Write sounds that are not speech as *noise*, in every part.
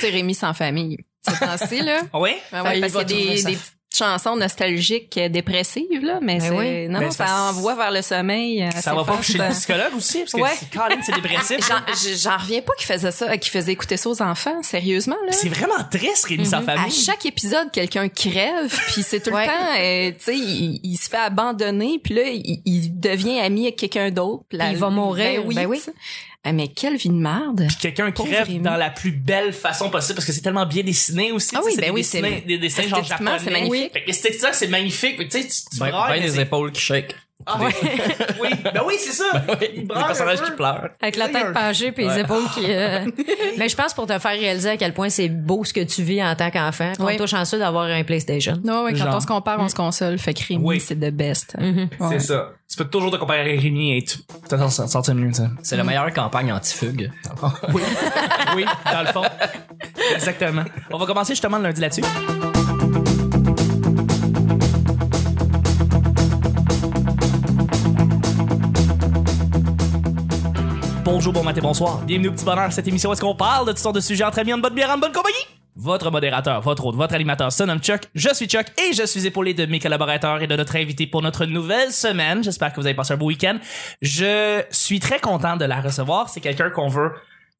c'est Rémi sans famille. C'est pensé, *laughs* là. Oui? Ah Fait, ouais, il parce va qu'il y a trouver des, ça. des petites chansons nostalgiques, euh, dépressives, là, mais Ben c'est, oui. non, Ben, ça, ça- envoie vers le sommeil. euh, Ça c'est va pas fort, chez ça. le psychologue aussi? Parce que Ouais. c'est- Colin, c'est dépressif. *laughs* J'en, j'en reviens pas qu'il faisait ça, euh, qu'il faisait écouter ça aux enfants, sérieusement, là. C'est vraiment triste, Rémi sans Mm-hmm. À famille. chaque épisode, quelqu'un crève, puis c'est tout Ouais. le temps, euh, tu sais, il, il se fait abandonner, puis là, il, il devient ami avec quelqu'un d'autre. puis la- Il va mourir, Ben oui. ben oui. tu sais. Ah, mais quelle vie de merde. Puis quelqu'un Pauvre crève Rémi. dans la plus belle façon possible parce que c'est tellement bien dessiné aussi. Ah tu sais, oui, c'est ben des oui, dessinés- c'est- des dessins genre esthétiquement, japonais. c'est magnifique. Fait que esthétiquement, c'est magnifique. mais Tu sais, tu, tu Ben, brailles, ben mais des c'est- épaules qui shake. Ah ouais. *laughs* oui. Ben oui, c'est ça. Des Il braille un personnages peu. qui pleurent. Avec la tête penchée puis les Ouais. épaules qui. euh, *laughs* Mais je pense pour te faire réaliser à quel point c'est beau ce que tu vis en tant qu'enfant. Quand Ouais. toi chanceux d'avoir un PlayStation. Non, ouais, quand Genre. on se compare, on se console. Fait que Rémi, Oui. c'est the best. Mhm. C'est ça. Tu peux toujours te comparer à Rémi et tu te sens- te sentir mieux, ça. C'est la meilleure campagne anti-fugue. Oui. oui, dans le fond. *laughs* Exactement. On va commencer justement le lundi là-dessus. Bonjour, bon matin, bonsoir. Bienvenue au petit bonheur. Cette émission, où est-ce qu'on parle de toutes sortes de sujets entre amis, en bonne bière, en bonne compagnie? Votre modérateur, votre hôte, votre animateur se nomme Chuck. Je suis Chuck et je suis épaulé de mes collaborateurs et de notre invité pour notre nouvelle semaine. J'espère que vous avez passé un beau week-end. Je suis très content de la recevoir. C'est quelqu'un qu'on veut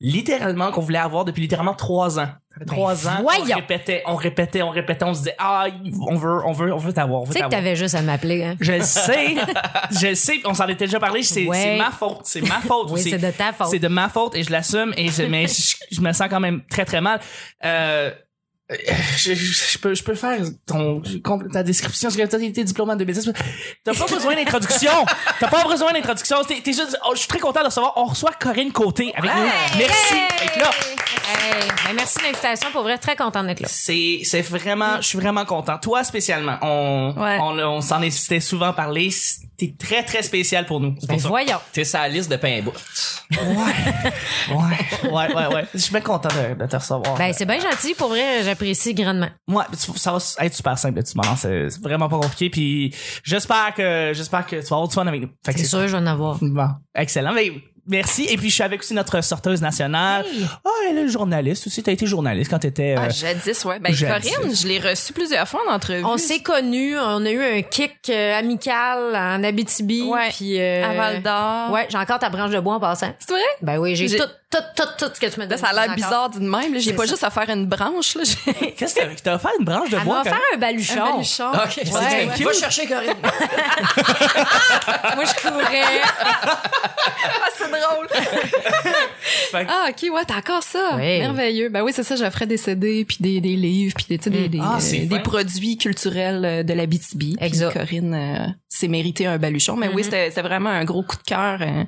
littéralement, qu'on voulait avoir depuis littéralement trois ans. Ça fait trois ans. Ben voyons. On répétait, on répétait, on répétait, on se disait, ah, on veut, on veut, on veut t'avoir, on veut Tu sais que t'avoir. t'avais juste à m'appeler. Hein? Je le sais, je le sais, on s'en était déjà parlé, c'est Ouais. c'est ma faute, c'est ma faute. Oui, c'est de ta faute. C'est de ma faute et je l'assume, et je, *laughs* mais je, je me sens quand même très très mal. Euh, euh, je, je- je peux, je peux faire ton, ta description, parce que t'as été diplômé en 2010. T'as pas besoin *laughs* d'introduction! T'as pas besoin d'introduction! T'es t'es juste, oh, je suis très content de recevoir, on reçoit Corinne Côté avec nous. Merci d'être là! Hey, ben merci de l'invitation. Pour vrai, très contente d'être là. C'est, c'est vraiment, je suis vraiment content. Toi spécialement, on, Ouais. on, on s'en est c'était souvent parlé. C'est- T'es très très spécial pour nous. C'est Ben pour ça. voyons. T'es sa liste de pain bas. Ouais, ouais, ouais, ouais. Je suis bien content de, de te recevoir. Ben c'est bien gentil. Pour vrai, j'apprécie grandement. Moi, tu- ça va être super simple, tu m'en C'est c'est vraiment pas compliqué. Puis j'espère que j'espère que tu vas avoir du fun avec nous. Fait que C'est sûr, je vais en avoir. Bon, excellent. Mais merci. Et puis je suis avec aussi notre sorteuse nationale. Hey. Ah, elle est journaliste aussi. T'as été journaliste quand t'étais. Ah, euh, jadis, ouais. Ben, jadis. Corinne, je l'ai reçue plusieurs fois en entrevue. On s'est connus, on a eu un kick euh, amical en Abitibi, Ouais. puis euh, à Val d'Or. Ouais, j'ai encore ta branche de bois en passant. C'est vrai? Ben oui, j'ai J'ai- tout, tout, tout, tout ce que tu me Là, donnes. ça a l'air bizarre dit de même. là. J'ai C'est pas ça. juste à faire une branche. Là. J'ai- Qu'est-ce que t'as- t'as offert une branche de Elle bois? m'a offert un baluchon. Un baluchon. Ok. Ouais, Ouais, ouais. Va chercher Corinne. Moi, je *laughs* courais. ah, c'est drôle. Fait que- ah, OK, ouais, t'as encore ça. Oui. Merveilleux. Ben oui, c'est ça, j'offrais des CD, puis des, des livres, puis des, tu sais, des, des, Ah, c'est euh, fin. des produits culturels euh, de la BTB. Exact. Corinne euh, s'est mérité un baluchon. Mais Mm-hmm. Mhm. oui, c'était c'était vraiment un gros coup de cœur euh,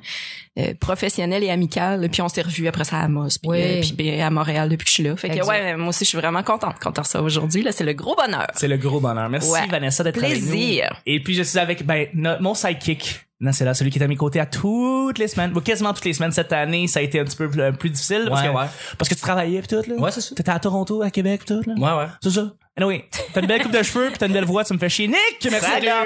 euh, professionnel et amical. Puis on s'est revus après ça à Amos, puis, Oui. euh, puis ben, à Montréal depuis que je suis là. Fait que Exact. ouais, moi aussi, je suis vraiment contente quand t'as ça aujourd'hui. Là, c'est le gros bonheur. C'est le gros bonheur. Merci Ouais. Vanessa d'être avec nous. Plaisir. Et puis je suis avec ben, no- mon sidekick. Non, c'est là celui qui est à mes côtés à toutes les semaines, ou quasiment toutes les semaines cette année. Ça a été un petit peu plus, plus difficile parce, que, Ouais, ouais. parce que tu travaillais pis tout là. Ouais, c'est ça. T'étais à Toronto, à Québec pis tout là. Ouais, ouais. C'est ça. Anyway, t'as une belle coupe de cheveux pis t'as une belle voix, tu me fais chier. Nick, merci d'être là.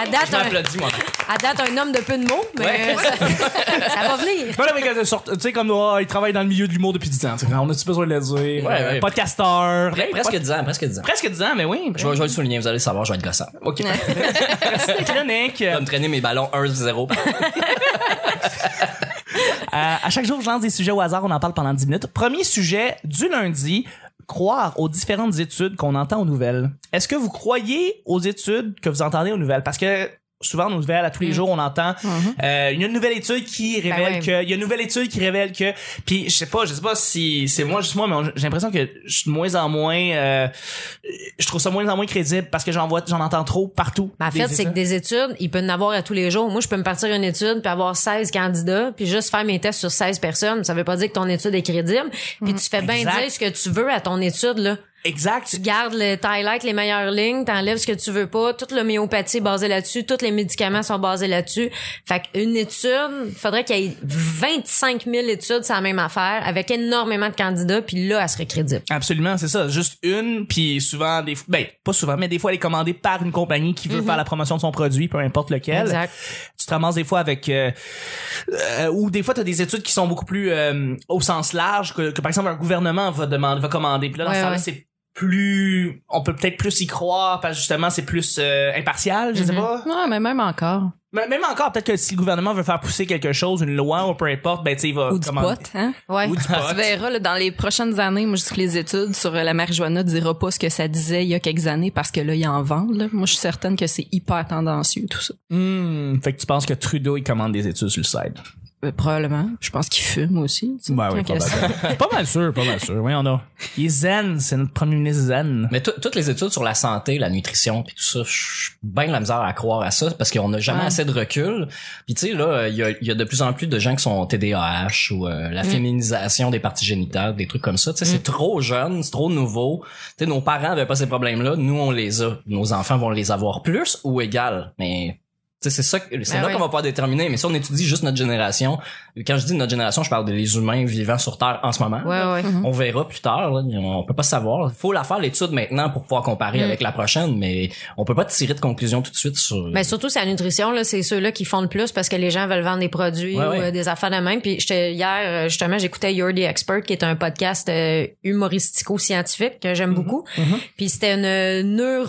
À date, Je un, m'applaudis, moi. à date, un homme de peu de mots, mais *laughs* ça, ça va venir. Voilà, mais quand elle sort- tu sais, comme oh, il travaille dans le milieu de l'humour depuis 10 ans. tu sais, On a-tu besoin de le dire? Ouais, ouais. Podcasteur. Pre- Presque 10 ans, presque 10 ans. Presque 10 ans, mais oui. Je vais, je vais le souligner, vous allez le savoir, je vais être gossant. Ok. *laughs* Merci d'être là, Nick. Je vais me traîner mes ballons 1-0. Euh, à chaque jour, je lance des sujets au hasard, on en parle pendant 10 minutes. Premier sujet du lundi, croire aux différentes études qu'on entend aux nouvelles. Est-ce que vous croyez aux études que vous entendez aux nouvelles? Parce que souvent, aux nouvelles, à tous les jours, on entend euh, il y a une nouvelle étude qui révèle Mm. Mm-hmm. Ben ouais. que... Il y a une nouvelle étude qui révèle que... Puis je sais pas, je sais pas si c'est moi, juste moi, mais on- j'ai l'impression que je suis de moins en moins... euh, je trouve ça de moins en moins crédible parce que j'en vois, j'en entends trop partout. Mais Ben, en fait, Des c'est que études. des études, il peut en avoir à tous les jours. Moi, je peux me partir une étude puis avoir 16 candidats puis juste faire mes tests sur 16 personnes. Ça veut pas dire que ton étude est crédible. Puis tu fais bien Exact. dire ce que tu veux à ton étude, là. Exact. Tu gardes le highlight, les meilleures lignes, t'enlèves ce que tu veux pas. Toute l'homéopathie est basée là-dessus. Tous les médicaments sont basés là-dessus. Fait qu'une étude, faudrait qu'il y ait 25 000 études sur la même affaire avec énormément de candidats puis là, elle serait crédible. Absolument, c'est ça. Juste une, puis souvent, des, ben, pas souvent, mais des fois, elle est commandée par une compagnie qui veut faire la promotion de son produit, peu importe lequel. Exact. Tu te ramasses des fois avec... euh, euh, ou des fois, tu as des études qui sont beaucoup plus euh, au sens large, que, que, par exemple, un gouvernement va demander, va commander. Puis là, dans Ouais, ce temps-là, ouais. c'est plus... On peut peut-être plus y croire, parce que justement, c'est plus euh, impartial, je sais pas. Ouais, mais même encore. Mais même encore, peut-être que si le gouvernement veut faire pousser quelque chose, une loi ou peu importe, ben, tu sais, il va Ou du commander- pot, hein? Ouais. Ou du Tu pot. verras, là, dans les prochaines années, moi, je dis que les études sur euh, la marijuana ne dira pas ce que ça disait il y a quelques années parce que là, ils en vendent. là. Moi, je suis certaine que c'est hyper tendancieux, tout ça. Hmm, fait que tu penses que Trudeau, il commande des études sur le site. Euh, probablement. Je pense qu'ils fument aussi. tu sais. Ben oui, Tant pas que ça. mal. pas mal sûr, pas mal sûr. Oui, on a. Il est zen, c'est notre premier ministre zen. Mais tout- toutes les études sur la santé, la nutrition, puis tout ça, je suis bien de la misère à croire à ça parce qu'on n'a jamais Ouais. assez de recul. Puis tu sais là, il y a, il y a de plus en plus de gens qui sont TDAH ou euh, la féminisation des parties génitales, des trucs comme ça. Tu sais, c'est trop jeune, c'est trop nouveau. Tu sais, nos parents avaient pas ces problèmes-là, nous on les a. Nos enfants vont les avoir plus ou égal, mais tu sais, c'est ça, que- c'est Ben là ouais. qu'on va pas déterminer. Mais si on étudie juste notre génération, quand je dis notre génération, je parle des humains vivants sur Terre en ce moment. Ouais, ouais. On verra plus tard, là. on peut pas savoir. Faut la faire l'étude maintenant pour pouvoir comparer Mm. avec la prochaine, mais on peut pas tirer de conclusion tout de suite sur. Mais surtout, c'est la nutrition, là, c'est ceux-là qui font le plus parce que les gens veulent vendre des produits Ouais, ouais. ou euh, des affaires de même. Puis j'étais- hier, euh, justement, j'écoutais You're the Expert, qui est un podcast euh, humoristico-scientifique que j'aime beaucoup. mhm. Puis c'était une euh,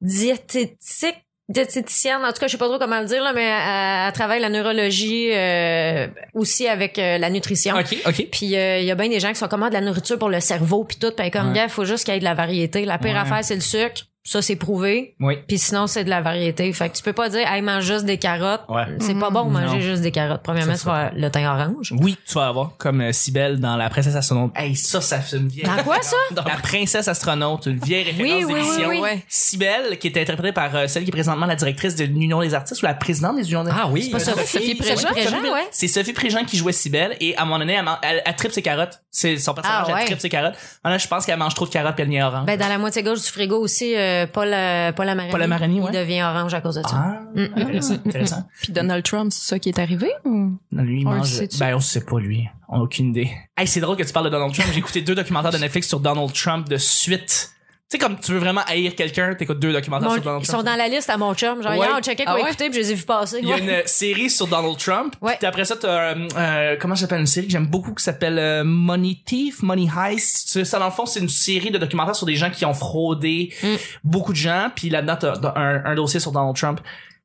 neurodiététique diététicienne, en tout cas, je sais pas trop comment le dire, là, mais euh, elle, elle travaille la neurologie euh, aussi avec euh, la nutrition. ok, ok. Puis euh, il y a bien des gens qui sont comment de la nourriture pour le cerveau puis tout, puis comme Ouais. gars, faut juste qu'il y ait de la variété. La pire Ouais. affaire c'est le sucre, ça c'est prouvé. Oui. Puis sinon c'est de la variété. Fait que tu peux pas dire hey, mange juste des carottes. Ouais. C'est pas Mhm. bon manger Non. juste des carottes. Premièrement, C'est tu vas le teint orange. Oui, tu vas avoir comme euh, Cybèle dans La princesse astronaute. Hey, ça, ça fait une vieille. Dans quoi ça La princesse astronaute, une vieille référence Oui, oui, d'émission. oui, oui. Ouais. Cybèle, qui est interprétée par euh, celle qui est présentement la directrice de l'Union des artistes ou la présidente des Unions des Ah oui, C'est pas euh, Sophie- Sophie Préjean, Préjean, ouais. C'est Sophie Préjean qui jouait Cybèle et à un moment donné, elle, man- elle, elle tripe ses carottes. C'est son personnage, Ah ouais. elle tripe ses carottes. Maintenant, je pense qu'elle mange trop de carottes puis elle devient orange. Ben dans la moitié gauche du frigo aussi euh, Paul euh, Paul Amarani. Paul Amarani, ouais. Il devient orange à cause de ça. Mm, ah, *laughs* intéressant, intéressant. Puis Donald Trump, c'est ça qui est arrivé? ou? Non, lui, il On le mange. sait-tu? Ben, on sait pas, lui. On a aucune idée. Hey, c'est drôle que tu parles de Donald Trump. J'ai écouté deux documentaires de Netflix sur Donald Trump de suite. Tu sais, comme tu veux vraiment haïr quelqu'un, t'écoutes deux documentaires Mon- sur Donald ils sont Trump. dans la liste à mon chum. Genre, Ouais. hier, on checkait quoi Ah ouais? écouter, puis je les ai vus passer. Il y a Ouais. une série sur Donald Trump. Ouais. Puis après ça, t'as, euh, euh, comment ça s'appelle une série que j'aime beaucoup qui s'appelle euh, Money Thief, Money Heist. C'est- Ça, dans le fond, c'est une série de documentaires sur des gens qui ont fraudé beaucoup de gens. Puis là-dedans, t'as t'as un, un dossier sur Donald Trump.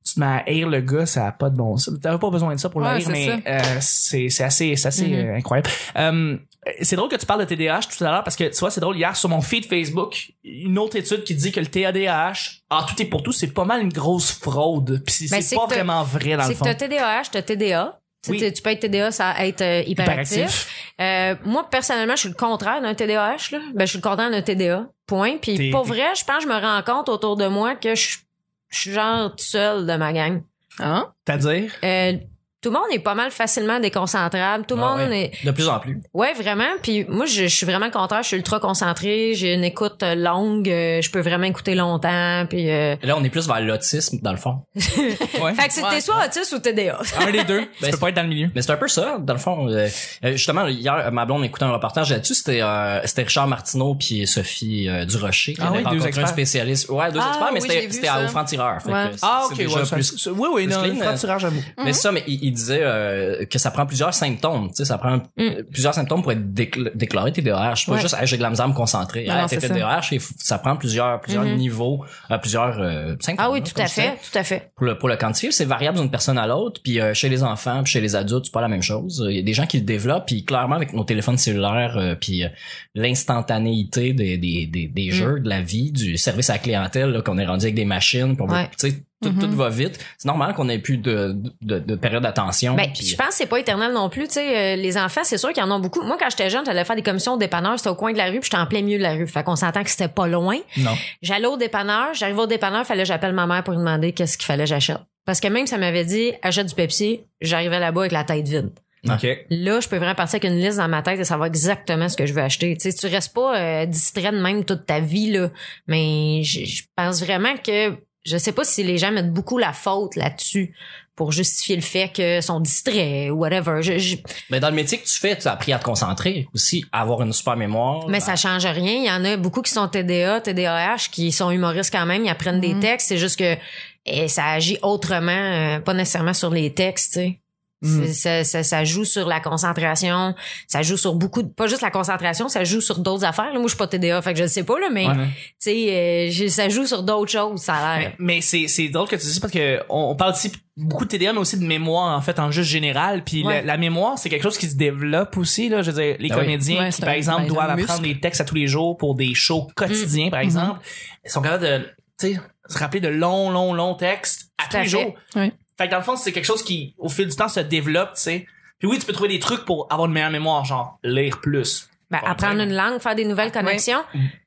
Tu te mets à haïr le gars, ça a pas de bon sens. T'avais pas besoin de ça pour le Ouais, haïr, c'est mais ça. euh, c'est c'est assez, c'est assez euh, incroyable. Euh, c'est drôle que tu parles de TDAH tout à l'heure parce que tu vois, c'est drôle, hier sur mon feed Facebook, une autre étude qui dit que le TDAH, en tout et pour tout, c'est pas mal une grosse fraude. Puis c'est Ben, c'est c'est pas que t'as- vraiment vrai dans le C'est que fond. t'as TDAH, t'as TDA. Tu Oui. sais, Tu peux être TDA, ça être euh, hyperactif. Hyperactif. Euh, moi, personnellement, je suis le contraire d'un TDAH. Là. Ben, je suis le contraire d'un TDA. Point. T'es- Puis, pour vrai, je pense que je me rends compte autour de moi que je, je suis genre toute seule de ma gang. Hein? C'est-à-dire? Euh, tout le monde est pas mal facilement déconcentrable. Tout le Ah monde ouais. est... De plus en plus. Ouais, vraiment. Puis moi, je, je suis vraiment le contraire. Je suis ultra concentrée. J'ai une écoute euh, longue. Euh, Je peux vraiment écouter longtemps. Puis... euh, Là, on est plus vers l'autisme, dans le fond. Ouais. Fait que c'était soit autiste ou TDA. un des deux. Tu Ben, peux pas être dans le milieu. Mais c'est un peu ça, dans le fond. Euh, euh, justement, hier, euh, ma blonde écoutait un reportage là-dessus. C'était euh, c'était Richard Martineau puis Sophie euh, Durocher qui Ah avaient oui, deux rencontré experts. un spécialiste. Ouais, deux Ah experts, mais oui, je l'ai c'était vu, c'était ça. au franc-tireur. Fait que Ouais. c'est- c'est déjà Ah, ça- plus- Oui, oui, plus non, clean, le franc-tirage, j'avoue. Mhm. Mais ça, mais il, il disait euh, que ça prend plusieurs symptômes. Tu sais, ça prend euh, plusieurs symptômes pour être décl- déclaré TDAH. C'est pas Mm. Ouais. juste hey, j'ai de la misère à me concentrer. Non, Ah, non, t'es c'est ça. TDAH, et f- ça prend plusieurs plusieurs niveaux, euh, plusieurs euh, symptômes. Mhm. Ah oui, là, tout comme à je fait. disais. Tout à fait. Pour le, pour le quantifier, c'est variable d'une personne à l'autre. Puis euh, chez les enfants, puis chez les adultes, c'est pas la même chose. Il y a des gens qui le développent. Puis clairement, avec nos téléphones cellulaires, euh, puis euh, l'instantanéité des, des, des, des Mm. jeux, de la vie, du service à la clientèle, là, qu'on est rendu avec des machines. Puis on veut- Ouais. Mm-hmm. tu sais, tout, tout va vite. C'est normal qu'on ait plus de, de, de période d'attention. Ben, puis- je pense que c'est pas éternel non plus. Tu sais, euh, les enfants, c'est sûr qu'ils en ont beaucoup. Moi, quand j'étais jeune, j'allais faire des commissions au dépanneur. C'était au coin de la rue, puis j'étais en plein milieu de la rue. Fait qu'on s'entend que c'était pas loin. Non. J'allais au dépanneur. J'arrivais au dépanneur, fallait que j'appelle ma mère pour lui demander qu'est-ce qu'il fallait que j'achète. Parce que même si elle m'avait dit achète du Pepsi, j'arrivais là-bas avec la tête vide. euh, OK. Là, je peux vraiment partir avec une liste dans ma tête et savoir exactement ce que je veux acheter. Tu sais, tu restes pas euh, distrait de même toute ta vie, là. Mais je je pense vraiment que je sais pas si les gens mettent beaucoup la faute là-dessus pour justifier le fait qu'ils sont distraits ou whatever. Je- je- Mais dans le métier que tu fais, tu as appris à te concentrer aussi, à avoir une super mémoire. mais ça change rien. Il y en a beaucoup qui sont TDA, TDAH, qui sont humoristes quand même, ils apprennent des Mhm. textes. C'est juste que eh, ça agit autrement, euh, pas nécessairement sur les textes, tu sais. Mhm. C'est- Ça, ça, ça joue sur la concentration, ça joue sur beaucoup, de, pas juste la concentration, ça joue sur d'autres affaires. là. Moi, je suis pas TDA, fait que je le sais pas, là, mais Ouais. tu sais, euh, j'ai- ça joue sur d'autres choses, ça a l'air. Mais, mais c'est, c'est drôle que tu dises parce que on, on parle ici beaucoup de TDA mais aussi de mémoire en fait en juste général puis Ouais. Ben la, la mémoire c'est quelque chose qui se développe aussi là je veux dire les Ah oui. comédiens Ouais, qui c'est par un- exemple ben, doivent un muscle. apprendre les textes à tous les jours pour des shows quotidiens Mm-hmm. par exemple ils sont capables de tu sais se rappeler de longs longs longs textes à Tout tous à les fait. jours Oui. fait que dans le fond c'est quelque chose qui au fil du temps se développe tu sais puis oui tu peux trouver des trucs pour avoir une meilleure mémoire genre lire plus Ben, Bon, apprendre ben, une langue, faire des nouvelles connexions.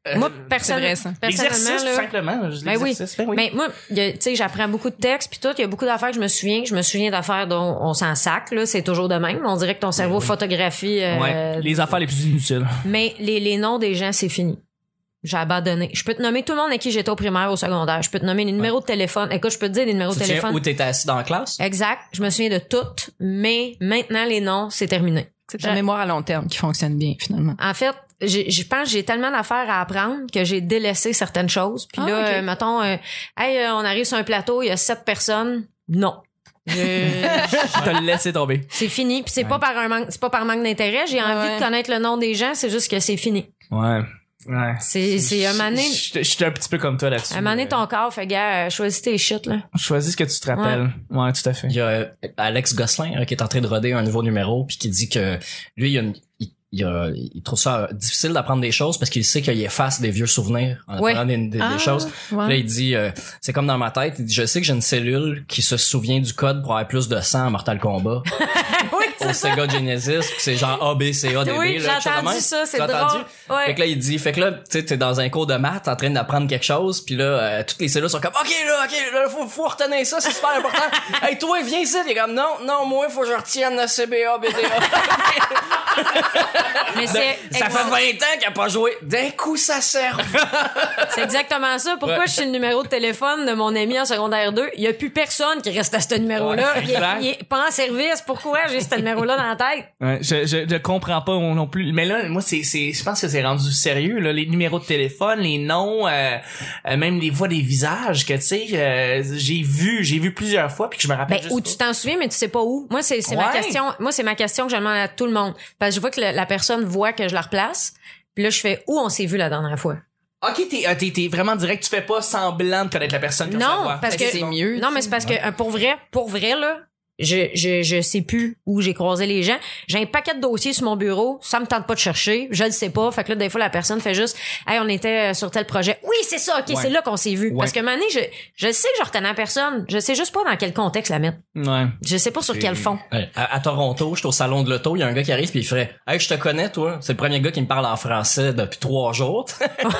Euh, Moi, c'est personne, vrai, ça. personnellement, l'exercice là, tout simplement Ben oui. l'exercice, ben oui. Mais moi, il y a- tu sais, j'apprends beaucoup de textes puis tout. Il y a beaucoup d'affaires que je me souviens, que je me souviens d'affaires dont on s'en sac. Là, c'est toujours de même. On dirait que ton cerveau photographie. euh, Ouais, les affaires les plus *laughs* inutiles. Mais les, les noms des gens, c'est fini. J'ai abandonné. Je peux te nommer tout le monde avec qui j'étais au primaire, au secondaire. Je peux te nommer les numéros de téléphone. Écoute, je peux te dire les numéros Tu de te souviens téléphone. où t'étais assis dans la classe? Exact. Je me souviens de toutes. Mais maintenant, les noms, c'est terminé. C'est ta Je- mémoire à long terme qui fonctionne bien, finalement. En fait, j'ai- je pense que j'ai tellement d'affaires à apprendre que j'ai délaissé certaines choses. Puis Ah, là, ok. euh, mettons, euh, hey, euh, on arrive sur un plateau, il y a sept personnes. Non. Je- Je te le laissé tomber. c'est fini. Puis c'est Ouais. pas par un manque, c'est pas par manque d'intérêt. J'ai Ah envie ouais. de connaître le nom des gens. C'est juste que c'est fini. Ouais. Ouais. C'est, c'est un moment donné- Je suis un petit peu comme toi là-dessus. un moment donné, ton corps fait, gars, euh, choisis tes shit, là. Choisis ce que tu te rappelles. Ouais, tout à fait. Il y a euh, Alex Gosselin euh, qui est en train de roder un nouveau numéro puis qui dit que lui, il, a une- il- il a- il trouve ça euh, difficile d'apprendre des choses parce qu'il sait qu'il efface des vieux souvenirs en Ouais. apprenant des, des- des Ah, choses. ouais. *laughs* Puis Là, il dit, euh, c'est comme dans ma tête, il dit, je sais que j'ai une cellule qui se souvient du code pour avoir plus de sang à Mortal *laughs* Kombat. oui, Au Sega Genesis, puis c'est genre A, B, C, A, D, B. Oui, j'ai là, quelque chose de entendu même. ça, c'est T'as hein? entendu? drôle. Ouais. Fait que là, il dit, fait que là, tu sais, t'es dans un cours de maths en train d'apprendre quelque chose, puis là, euh, toutes les cellules sont comme, OK, là, OK, là, faut, faut retenir ça, c'est super important. hey, toi, viens ici. Il est comme, non, non, moi, faut que je retienne le CBA, BDA. Mais c'est, ben, ça fait 20 ans qu'il a pas joué. D'un coup, ça sert. c'est exactement ça. Pourquoi je suis le numéro de téléphone de mon ami en secondaire 2? Il y a plus personne qui reste à ce numéro-là. Ouais, il, est, exact. il est pas en service. Pourquoi j'ai ce numéro-là dans la tête? Ouais, je, je, je comprends pas non plus. Mais là, moi, c'est, c'est, je pense que c'est rendu sérieux, là. Les numéros de téléphone, les noms, euh, euh, même les voix des visages que, tu sais, euh, j'ai vu, j'ai vu plusieurs fois puis que je me rappelle Ben, juste ou pas. tu t'en souviens, mais tu sais pas où. Moi, c'est, c'est ma Ouais. question. Moi, c'est ma question que je demande à tout le monde. Parce que je vois que le- la personne voit que je la replace. Puis là, je fais où on s'est vu la dernière fois. Ok, t'es, euh, t'es, t'es vraiment direct, tu fais pas semblant de connaître la personne quand tu la Non, vois. parce Ben, que c'est mieux, Non, tu mais sais. c'est parce que euh, pour vrai, pour vrai là, je je je sais plus où j'ai croisé les gens. J'ai un paquet de dossiers sur mon bureau, ça me tente pas de chercher, je le sais pas. Fait que là des fois la personne fait juste "Hey, on était euh, sur tel projet." Oui, c'est ça. OK, Ouais. c'est là qu'on s'est vu Ouais. parce que Mané, je je sais que je reconnais la personne, je sais juste pas dans quel contexte la mettre. Ouais. Je sais pas sur C'est- quel fond. Ouais, à, à Toronto, j'étais au salon de l'auto, il y a un gars qui arrive puis il ferait Hey, je te connais toi, c'est le premier gars qui me parle en français depuis trois jours. *laughs*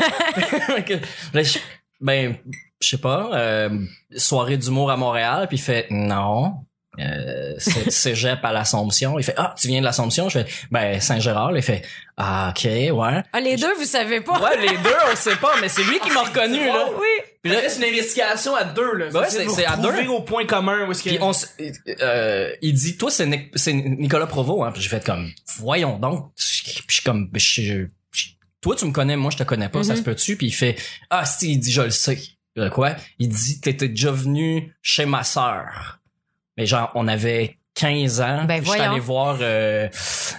Fait que, là, je- ben je sais pas, euh, soirée d'humour à Montréal puis il fait non. Euh, *laughs* c'est- cégep à l'Assomption. Il fait Ah, tu viens de l'Assomption? Je fais Ben Saint-Gérard. Il fait Ah, ok, ouais. Ouais, Ah les deux, vous savez pas. *laughs* les deux, on le sait pas, mais c'est lui qui m'a reconnu, là. Oui. Puis là, c'est une investigation à deux, là. Bah Ouais, c'est- c'est à deux. Trouver au point commun où est-ce que. Puis on s- euh, il dit toi c'est Nic- c'est Nicolas Provo hein. Puis j'ai fait comme voyons donc. Puis je suis comme je- je- toi tu me connais moi je te connais pas ça Mhm. se peut-tu puis il fait ah si il dit je le sais. Euh, quoi Il dit t'étais déjà venu chez ma sœur. Mais genre on avait 15 ans, Ben, je suis allé voyons. voir euh,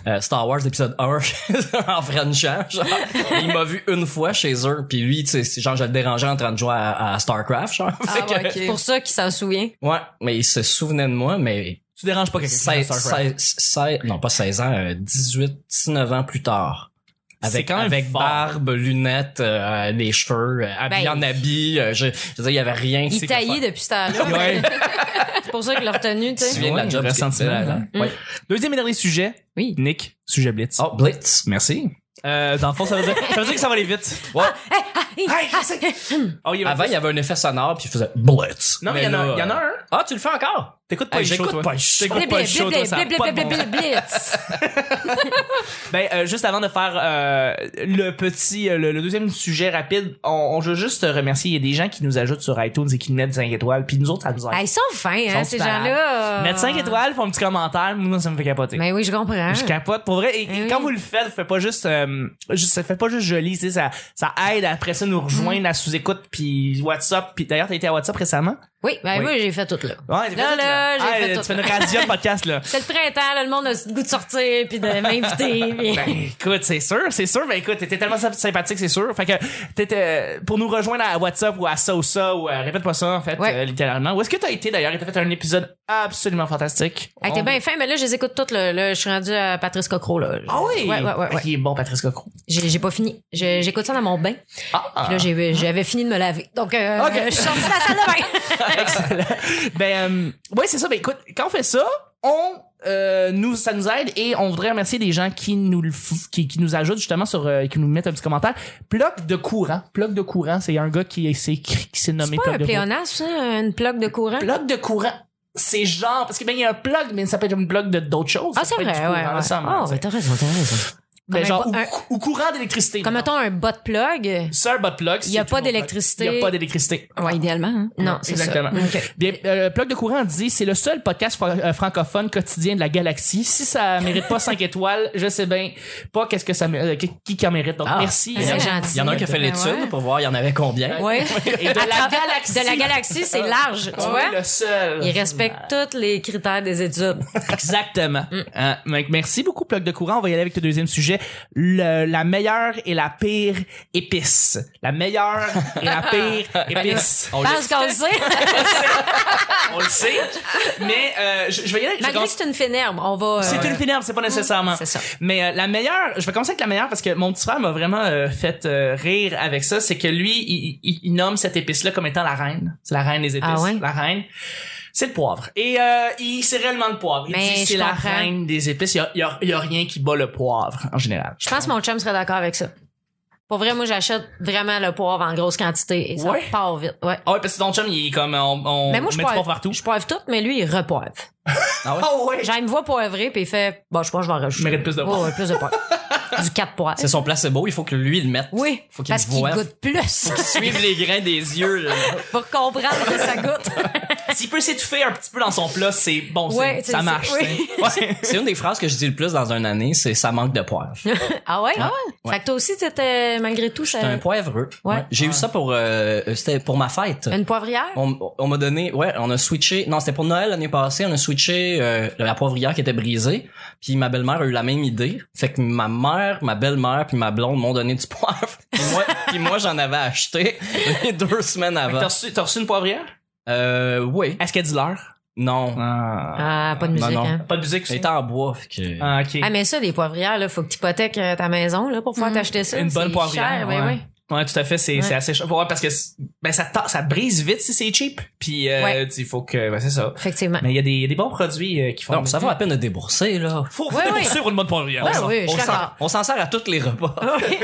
euh, Star Wars épisode 1 *laughs* en Frenchant. *laughs* Genre. Et il m'a vu une fois chez eux, puis lui, tu sais, c'est genre je le dérangeais en train de jouer à, à StarCraft. Genre. Fait Ah, que- ouais, C'est ok. pour ça qu'il s'en souvient. ouais, mais il se souvenait de moi, mais tu déranges pas quelqu'un. 16, Star Trek. 16, 16 non pas 16 ans, euh, 18, 19 ans plus tard. C'est Avec, quand même avec fort. barbe, lunettes, euh, les cheveux, euh, habillé Ben, en habit, euh, je, je veux dire, il y avait rien. Il taillait depuis ce temps-là. Ouais. *laughs* C'est pour ça qu'il l'a retenu, tu Tu te sais. souviens de Ouais, la job le qu'il ressentiment, était, là? hein. Ouais. Deuxième et dernier sujet. Oui. Nick, sujet Blitz. Oh, Blitz. Merci. Euh, dans le fond, ça veut, dire, ça veut dire que ça va aller vite. Ouais. Hey, je *laughs* sais. Oh, il y a- Avant, il y avait un effet sonore, puis il faisait blitz. Non, mais il y en a- là, il y en a un. Ah, tu le fais encore? T'écoutes pas Hey, le show, j'écoute toi. pas le show. T'écoutes pas le show, toi, ça a pas de bon sens. blitz. Ben, euh, juste avant de faire euh, le petit, euh, le, le deuxième sujet rapide, on, on veut juste te remercier. Il y a des gens qui nous ajoutent sur iTunes et qui nous mettent 5 étoiles, puis nous autres, ça nous aide. Ah, ils sont fins, sont hein, ces super. gens-là. euh, Mettre ah. 5 étoiles, font un petit commentaire, moi, ça me fait capoter. Ben oui, je hein? comprends. Je capote pour vrai. Et, et Eh quand oui. vous le faites, faites pas juste, euh, juste- ça fait pas juste joli, tu sais, ça, ça aide après ça nous rejoindre à sous-écoute puis WhatsApp. Puis d'ailleurs, t'as été à WhatsApp récemment. Oui, ben Oui. oui, j'ai fait tout là. Ouais, t'as fait Là, tout, là, j'ai Ah, fait tu tout. fais une radio de podcast *laughs* là. C'est le printemps, là, le monde a le goût de sortir puis de m'inviter. *laughs* puis- Ben, écoute, c'est sûr, c'est sûr. Ben, écoute, t'étais tellement symp- sympathique, c'est sûr. Fait que, t'étais, pour nous rejoindre à WhatsApp ou à Sosa ou à Répète pas ça, en fait, Ouais. euh, littéralement. Où est-ce que t'as été d'ailleurs? Et T'as fait un épisode absolument fantastique. Hey, On- t'es bien fin, mais là, je les écoute toutes. Là, Là, je suis rendue à Patrice Cocro. Là. Ah oui? Ouais, ouais, ouais. ouais. Ok, bon, Patrice Cocro. J'ai j'ai pas fini. Je- J'écoute ça dans mon bain. Puis Ah, là, j'ai- j'avais fini de me laver. Donc, euh, Ok. je suis sortie de la salle de *laughs* bain. excellent. ben, euh, ouais, c'est ça. Ben, écoute, quand on fait ça, on, euh, nous, ça nous aide et on voudrait remercier les gens qui nous, le f- qui, qui nous ajoutent justement sur, euh, qui nous mettent un petit commentaire. Ploc de courant. Ploc de courant, c'est un gars qui s'est, qui s'est nommé C'est pas Ploc un de courant. pléonasme, ça, une plaque de courant? plug de courant. C'est genre, parce que ben, il y a un plug, mais ça peut être une plug de d'autres choses. Ah, Ça c'est peut vrai, être du courant, ouais. là, ouais. ça, Ah, mais- ouais, t'as raison, t'as raison. ben, Comme genre, un- ou, un- ou courant d'électricité. Comme mettons un bot plug. C'est un bot plug. Il y a c'est toujours pas un plug. d'électricité. Il n'y a pas d'électricité. Ouais, idéalement. hein. Non, c'est ça. Exactement. Ok. Bien, euh, Plug de courant dit c'est le seul podcast fra- euh, francophone quotidien de la galaxie. Si ça mérite pas 5 *laughs* étoiles, je sais bien pas qu'est-ce que ça mé- euh, qui qui en mérite. Donc Ah. merci. C'est Euh, gentil. Il y en a un qui a fait Ben l'étude ouais. pour voir il y en avait combien. Et *laughs* Ouais. de la À travers- galaxie. De la galaxie, c'est large, tu on vois? est le seul. Ils respectent tous les critères des études. Exactement. Hein, mec, merci beaucoup, Plug de courant. On va y aller avec le deuxième sujet. Le- la meilleure et la pire épice. La meilleure et la *laughs* pire épice. On Parce qu'on le sait, On le sait. Mais euh, je, je vais y aller. je vais malgré que commencer- c'est une finerme, on va... euh, C'est une finale, c'est pas nécessairement. C'est ça. Mais euh, la meilleure, je vais commencer avec la meilleure parce que mon petit frère m'a vraiment euh, fait euh, rire avec ça. C'est que lui, il, il- il nomme cette épice-là comme étant la reine. C'est la reine des épices. Ah ouais? La reine. C'est le poivre. Et euh, il, c'est réellement le poivre. Il Mais dit je c'est la comprends. reine des épices. Il y a, il y a- il y a rien qui bat le poivre en général. Je pense que mon chum serait d'accord avec ça. Pour vrai, moi, j'achète vraiment le poivre en grosse quantité et ça Ouais? part vite. Ouais. Ah ouais, parce que ton chum, il est comme on, on mais moi, je met du poivre poivre, partout. je poivre tout, mais lui, il repoivre. Ah ouais? Ah ouais. Genre, il me voit poivrer, puis il fait, bon, je pense que je vais en rajouter. Mérite plus de poivre. Ouais, ouais, plus de poivre. du 4 poivres. C'est son placebo, il faut que lui le mette. Oui, Faut qu'il parce qu'il voie. goûte *laughs* plus Suivre les grains des yeux, *laughs* là. pour comprendre que ça goûte. S'il peut s'étouffer un petit peu dans son plat, c'est bon. c'est- Ouais, ça c'est- marche. oui. c'est- ouais. C'est une des phrases que je dis le plus dans une année, c'est ça manque de poivre. ah ouais? Ah ouais. Fait que toi aussi, t'étais, malgré tout, euh, ça- T'es un poivreux. Ouais. J'ai eu ça pour euh, c'était pour ma fête. une poivrière? On, on m'a donné ouais, on a switché. Non, c'était pour Noël l'année passée, on a switché euh, la poivrière qui était brisée, puis ma belle-mère a eu la même idée. Fait que ma mère, ma belle-mère puis ma blonde m'ont donné du *laughs* poivre. Puis moi, puis moi j'en avais acheté *laughs* les deux semaines T'as avant. reçu, t'as reçu une poivrière? Euh oui. Est-ce qu'il y a du leurre? Non. Ah, pas de musique, non, non. hein? Pas de musique Elle aussi? était en bois, fait que- Ah, ok. Ah, mais ça, des poivrières, là, faut que t'hypothèques euh, ta maison, là, pour pouvoir t'acheter ça. Une bonne C'est poivrière, cher, ouais. ben oui. Ouais, tout à fait, c'est Ouais. c'est assez cher. Ouais, parce que c'est- ben, ça, ta- ça brise vite si c'est cheap. Puis euh, Ouais. tu- il faut que. Ben, c'est ça. Effectivement. Mais il y a des, il y a des bons produits euh, qui font. Non, ça vaut la peine de débourser là. Faut, faut Ouais, poursuivre ouais. une bonne poivrière. Ah, Ouais, On s'en- oui, je on suis s'en- d'accord. Ah, On s'en sert à tous les repas. *laughs*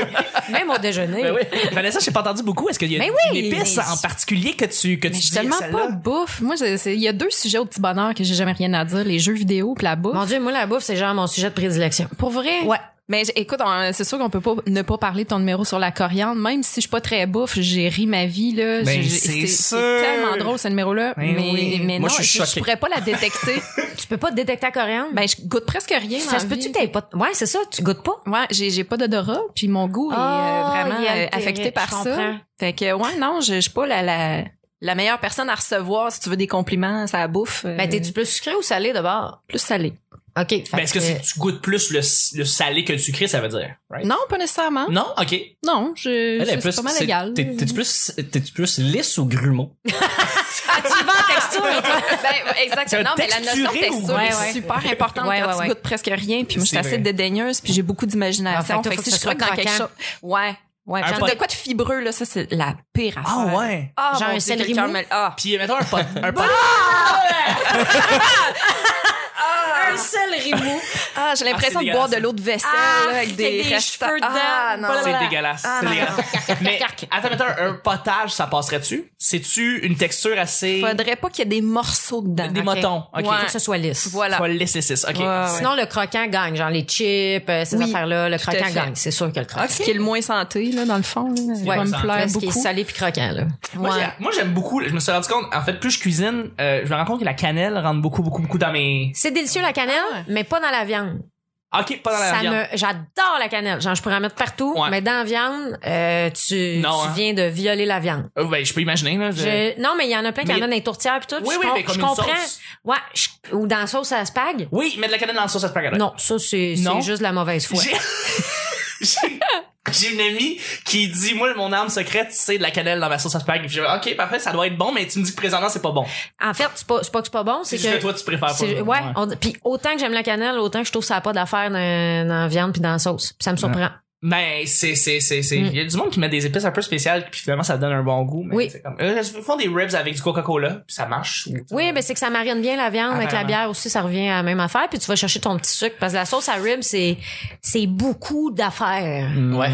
Même au déjeuner. Ben oui. Vanessa, j'ai pas entendu beaucoup. Est-ce qu'il y a Ben une oui, épice mais- en particulier que tu que tu Mais je dis, suis tellement celle-là? pas bouffe. Moi, c'est- c'est- il y a deux sujets au petit bonheur que j'ai jamais rien à dire les jeux vidéo puis la bouffe. Mon Dieu, moi, la bouffe, c'est genre mon sujet de prédilection. Pour vrai? Ouais. Mais j- écoute, on- c'est sûr qu'on peut pas ne pas parler de ton numéro sur la coriandre, même si je suis pas très bouffe, j'ai ri ma vie là. J'ai- Ben, j'ai- c'est sûr. tellement drôle ce numéro-là, Ben mais, oui. mais Moi, non, je suis je, choqué. pourrais pas la détecter. *laughs* Tu peux pas te détecter la coriandre? ben je goûte presque rien. dans ça la se peut-tu vie. que t'aies pas... Ouais, c'est ça, tu goûtes pas. Ouais, j'ai j'ai pas d'odorat, puis mon goût est euh, Ah, vraiment il est euh, altéré, affecté par je comprends. ça. Fait que ouais, non, je je suis pas la, la la meilleure personne à recevoir si tu veux des compliments, ça bouffe. euh, Ben, t'es-tu plus sucré ou salé d'abord? plus salé. OK. fait Ben, est-ce que, c'est- tu goûtes plus le, le salé que le sucré, ça veut dire? right? Non, pas nécessairement. Non? OK. Non, je Elle est c'est plus. c'est pas mal c'est- égal. t'es- T'es-tu plus, t'es-tu plus lisse ou grumeau? Ah, tu vas en *laughs* texture, toi? Ben, C'est exactement. Non, mais la notion texturé ou- texture Ouais, est ouais. super importante Ouais, quand ouais, tu ouais. goûtes presque rien. Puis moi, je suis C'est assez vrai. dédaigneuse, puis j'ai beaucoup Ah, fait d'imagination. que fait toi, faut que que si ça je crois soit dans quelque croquant. chose... Ouais, ouais. Un Genre pot- de quoi de fibreux, là, ça, c'est la pire affaire. Ah, ouais. Ah, Genre mon un Dieu, céleri Ah, quelqu'un *laughs* mou. me- Ah, Puis, mettons un pot, un pot- un céleri mou. *laughs* Ah, j'ai l'impression c'est de boire de dégueulasse. l'eau de vaisselle Ah, là, avec des, avec des restants. cheveux dedans. Ah, non. Voilà. C'est dégueulasse. Ah, c'est non, dégueulasse. Mais attends, attends, un potage, ça passerait-tu? C'est-tu une texture assez... Faudrait pas qu'il y ait des morceaux dedans. Des Ok. moutons. OK. Ouais. Faut que ce soit lisse. Voilà. Faut le laisser six. OK. Ouais, ouais. Sinon, le croquant gagne. Genre les chips, euh, ces Oui, affaires-là, le tout à croquant fait. gagne. C'est sûr que le croquant. Ah, Ce qui est le moins santé, là, dans le fond. Là. Il va Ouais, me plaire Parce qu'il est beaucoup. salé puis croquant, là. Moi, j'ai- moi, j'aime beaucoup. Je me suis rendu compte, en fait, plus je cuisine, euh, je me rends compte que la cannelle rentre beaucoup, beaucoup, beaucoup dans mes. C'est délicieux, la cannelle, mais pas dans la viande. Ok, Ah pas dans la ça viande. me j'adore la cannelle genre je pourrais en mettre partout Ouais. mais dans la viande euh, tu, Non, tu hein. viens de violer la viande Euh, ben, je peux imaginer là. je- Je- non mais il y en a plein qui Mais- en ont dans les tourtières puis tout Oui, je, oui, com- mais comme je une comprends sauce. ouais je- ou dans la sauce à spag Oui, mettre de la cannelle dans la sauce à spaghetti. non ça c'est Non. c'est juste de la mauvaise foi J'ai- *laughs* J'ai j'ai une amie qui dit moi mon arme secrète c'est de la cannelle dans ma sauce à spaghetti. Puis je dis, ok parfait ça doit être bon mais tu me dis que présentement c'est pas bon. en fait c'est pas c'est pas que c'est pas bon C'est c'est juste que toi que tu préfères Ah, pas. c'est- ça. ouais, on dit- puis autant que j'aime la cannelle autant que je trouve que ça a pas d'affaire dans, dans la viande puis dans la sauce puis ça me surprend Mais Ben, c'est c'est c'est Mm. c'est il y a du monde qui met des épices un peu spéciales puis finalement ça donne un bon goût. Mais Oui. c'est Comme... Euh, Ils font des ribs avec du Coca-Cola puis ça marche. oui mais c'est que ça marine bien la viande Ah, avec la vraiment. bière aussi ça revient à la même affaire puis tu vas chercher ton petit sucre parce que la sauce à rib c'est c'est beaucoup d'affaires *laughs* Ouais.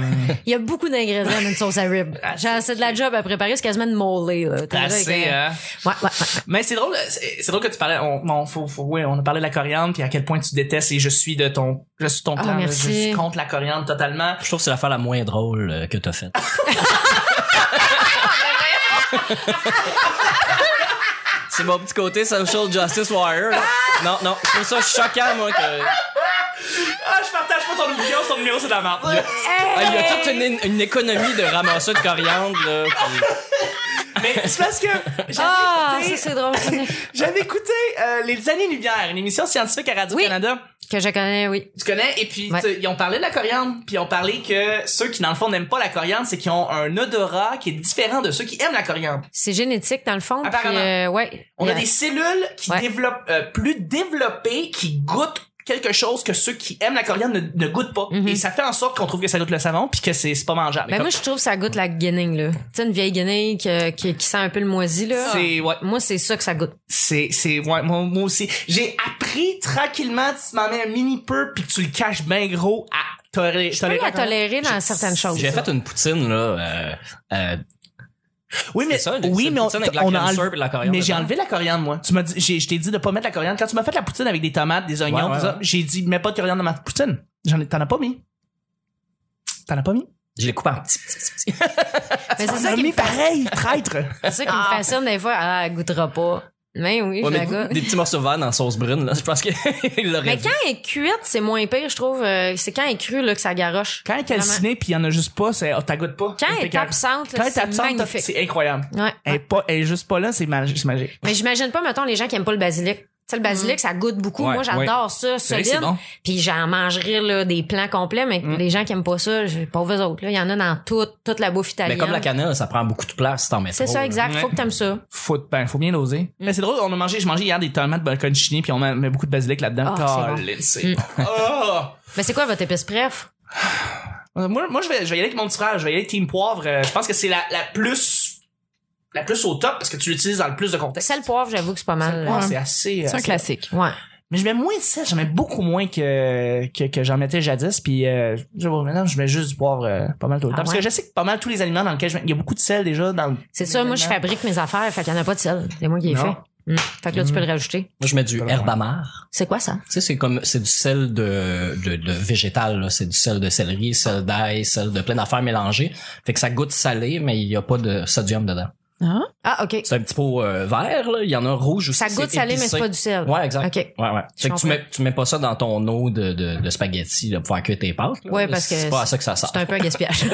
Il y a beaucoup d'ingrédients dans une sauce *laughs* à rib. Genre, c'est de la job à préparer, c'est quasiment de mollé, là. T'es là Ah, Assez. avec, euh, hein. Ouais, ouais, ouais. Mais c'est drôle, c'est c'est drôle que tu parlais. On, on, faut, faut- ouais, on a parlé de la coriandre puis à quel point tu détestes et je suis de ton, je suis ton Ah, camp, là, je merci. suis contre la coriandre totalement. Je trouve que c'est l'affaire la moins drôle euh, que t'as faite. *laughs* c'est mon petit côté social justice warrior. là. Non, non, je trouve ça choquant, moi, que... Ah, je partage pas ton numéro, ton numéro c'est de la merde. Ah, il y a toute une, une économie de ramasser de coriandre, là. puis- Mais c'est parce que j'avais Ah, ça, écouté, c'est *laughs* drôle. ça. j'avais écouté euh, les années lumière, une émission scientifique à Radio Canada. que je connais, oui. Tu connais et puis Ouais. tu- ils ont parlé de la coriandre, puis ils ont parlé que ceux qui dans le fond n'aiment pas la coriandre, c'est qu'ils ont un odorat qui est différent de ceux qui aiment la coriandre. C'est génétique, dans le fond. puis, Apparemment. euh, ouais. On a Ouais. des cellules qui Ouais. développent euh, plus développées qui goûtent quelque chose que ceux qui aiment la coriandre ne, ne goûtent pas Mhm. et ça fait en sorte qu'on trouve que ça goûte le savon puis que c'est c'est pas mangeable. Ben, moi, je trouve que ça goûte la guenille, là. Tu sais, une vieille guenille que- qui, qui sent un peu le moisi, là. c'est ouais, Moi, c'est ça que ça goûte. c'est c'est ouais, moi, moi aussi j'ai appris tranquillement tu m'en mets un mini peu puis que tu le caches bien gros à tolérer Je peux la coriandre. tolérer dans certaines choses. J'ai fait une poutine, là, euh, euh, Oui mais C'est ça, c'est oui une mais on, poutine avec de la on a crème enlevé- syrup et de la coriandre mais j'ai dedans. enlevé la coriandre moi. Tu m'as dit j'ai- je t'ai dit de pas mettre la coriandre quand tu m'as fait la poutine avec des tomates, des oignons, Ouais, ouais, tout ça, ouais. j'ai dit mets pas de coriandre dans ma poutine. J'en ai t'en as pas mis. T'en as pas mis. je l'ai coupé en petits, petits, petits. *laughs* Mais c'est On ça a qui me, mis pareil, *laughs* traître. c'est ça qui me fascine des fois. Ah, elle goûtera pas. Mais oui, Ouais, je mais la goûte. des petits morceaux verts dans sauce brune, là. *laughs* Je pense qu'il l'aurait Mais vu. quand elle est cuite, c'est moins pire, je trouve. Euh, C'est quand elle est crue, là, que ça garoche. Quand elle est calcinée puis il y en a juste pas, c'est oh, t'as goûte pas. Quand elle T'es est car- absente, quand là, elle est c'est absente, magnifique. c'est incroyable. Ouais. Elle est pas elle est juste pas là, c'est mag- c'est magique. Mais j'imagine pas, mettons, les gens qui aiment pas le basilic. Tu sais, le basilic, ça goûte beaucoup. Ouais, Moi, j'adore ça, vrai que Mm. c'est solide. bon. Mm. Puis j'en mangerais là, des plans complets, mais les gens qui aiment pas ça, je- pauvres eux autres. là. Il y en a dans toute, toute la bouffe Mais italienne. comme la cannelle, ça prend beaucoup de place si t'en mets C'est trop, ça, là. exact. Faut Ouais. que t'aimes ça. faut, ben, faut bien doser. Mm. Mais c'est drôle, on a mangé, je mangeais hier des tomates balconchini puis on met met beaucoup de basilic là-dedans. Ah, Colin, c'est bon. Ah! Mais c'est quoi votre épice préf? Euh, Moi, moi je, vais, je vais y aller avec mon petit frère, je vais y aller avec Team Poivre. Euh, je pense que c'est la, la plus la plus au top parce que tu l'utilises dans le plus de contexte. Sel poivre, j'avoue que c'est pas mal. Ah, là. c'est assez. C'est un assez- classique. Ouais. Mais je mets moins de sel, j'en mets beaucoup moins que, que, que j'en mettais jadis. Puis euh, je vois, maintenant, je mets juste du poivre euh, pas mal tout le Ah temps. Parce ouais? que je sais que pas mal tous les aliments dans lesquels je mets, il y a beaucoup de sel déjà dans le. C'est ça, moi, je fabrique mes affaires. Fait qu'il y en a pas de sel. C'est moi qui ai Non. fait. Mm. Fait que là, tu peux le rajouter. Moi, je mets du herbamar. C'est quoi ça? Tu sais, c'est comme, c'est du sel de, de, de végétal, là. C'est du sel de céleri, sel d'ail, sel de plein d'affaires mélangées. Fait que ça goûte salé, mais il y a pas de sodium dedans. Hein? Ah, OK. C'est un petit pot euh, vert, là. Il y en a un rouge aussi. Ça goûte salé, mais c'est pas du sel. Ouais, exact. OK. Ouais, ouais. Je Fait que tu comprends. mets, tu mets pas ça dans ton eau de, de, de spaghetti, là, pour faire cuire tes pâtes, là. Ouais, parce que C'est pas à ça que ça sert. C'est un peu un gaspillage.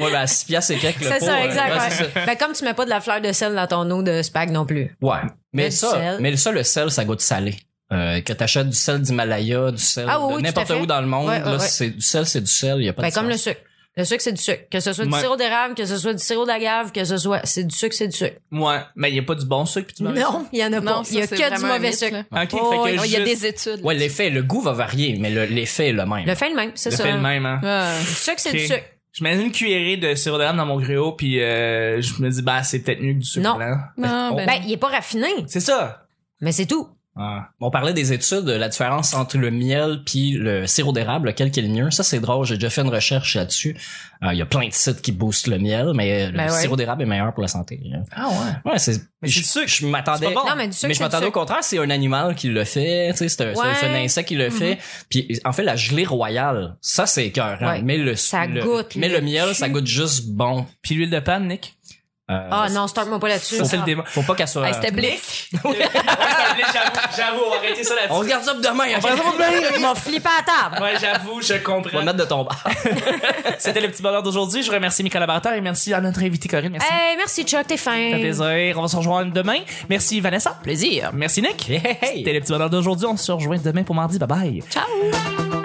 Ouais, ben, à 6 piastres et quelques, le C'est pot, ça, euh, exact. ouais, ouais. c'est ça. Ben, comme tu mets pas de la fleur de sel dans ton eau de spag non plus. Ouais. Mais, Mais du ça, sel. mais ça, le sel, ça goûte salé. Euh, que t'achètes du sel d'Himalaya, du sel Ah oui, de oui, n'importe tout à fait. où dans le monde, Ouais, ouais, là, ouais. c'est du sel, c'est du sel, il y a pas Ben, de comme le sens. sucre. Le sucre, c'est du sucre. Que ce soit du Ouais. sirop d'érable, que ce soit du sirop d'agave, que ce soit. C'est du sucre, c'est du sucre. Ouais, mais il y a pas du bon sucre. puis tu mets- Non, il y en a pas. Non, ça, Il y a c'est que du vraiment un mauvais mythe, sucre. là. Ok, fait Oh, que Oh, Il y a juste- des études. Ouais, l'effet, le goût va varier, mais le- l'effet est le même. Le fait le même, c'est le ça. Euh, fait le même, hein. Ouais. Du sucre, c'est Ok. du sucre. Je mets une cuillerée de sirop d'érable dans mon gruau, puis euh, je me dis, bah, c'est peut-être mieux que du sucre Non. blanc. Non, Oh. ben, Ben, il est pas raffiné, C'est ça. mais c'est tout. Ah. On parlait des études, la différence entre le miel puis le sirop d'érable, lequel qui est le mieux. Ça, c'est drôle. J'ai déjà fait une recherche là-dessus. Euh, Il y a plein de sites qui boostent le miel, mais euh, le Ben ouais. sirop d'érable est meilleur pour la santé. Ah ouais. Ouais, c'est. Mais c'est je- du sucre. Je m'attendais. C'est pas bon. Non, mais du sucre, c'est mais je du m'attendais au sucre. contraire, c'est un animal qui le fait, tu sais, c'est un, c'est un- c'est un Ouais. Mm-hmm. insecte qui le fait. Puis en fait, la gelée royale, ça c'est écœurant. Ouais. Mais le, Ça le- goûte mais le le miel, cul. ça goûte juste bon. Puis l'huile de palme, Nick. Euh, Ah non, starte-moi pas là-dessus. Ça, c'est le débat. Faut pas qu'elle soit. Hey, C'était Blitz. Ah, j'avoue, j'avoue, on va arrêter ça On là-dessus. regarde ça pour demain. ok? Ils m'ont flippé à table. Ouais, j'avoue, je On va comprends. le mettre de ton bar. C'était le petit bonheur d'aujourd'hui. Je remercie mes collaborateurs et merci à notre invité Corinne. Merci. Hey, merci Chuck, t'es fin. Ça fait plaisir. On va se rejoindre demain. Merci Vanessa. Plaisir. Merci Nick. hey. C'était le petit bonheur d'aujourd'hui. On se rejoint demain pour mardi. Bye bye. Ciao.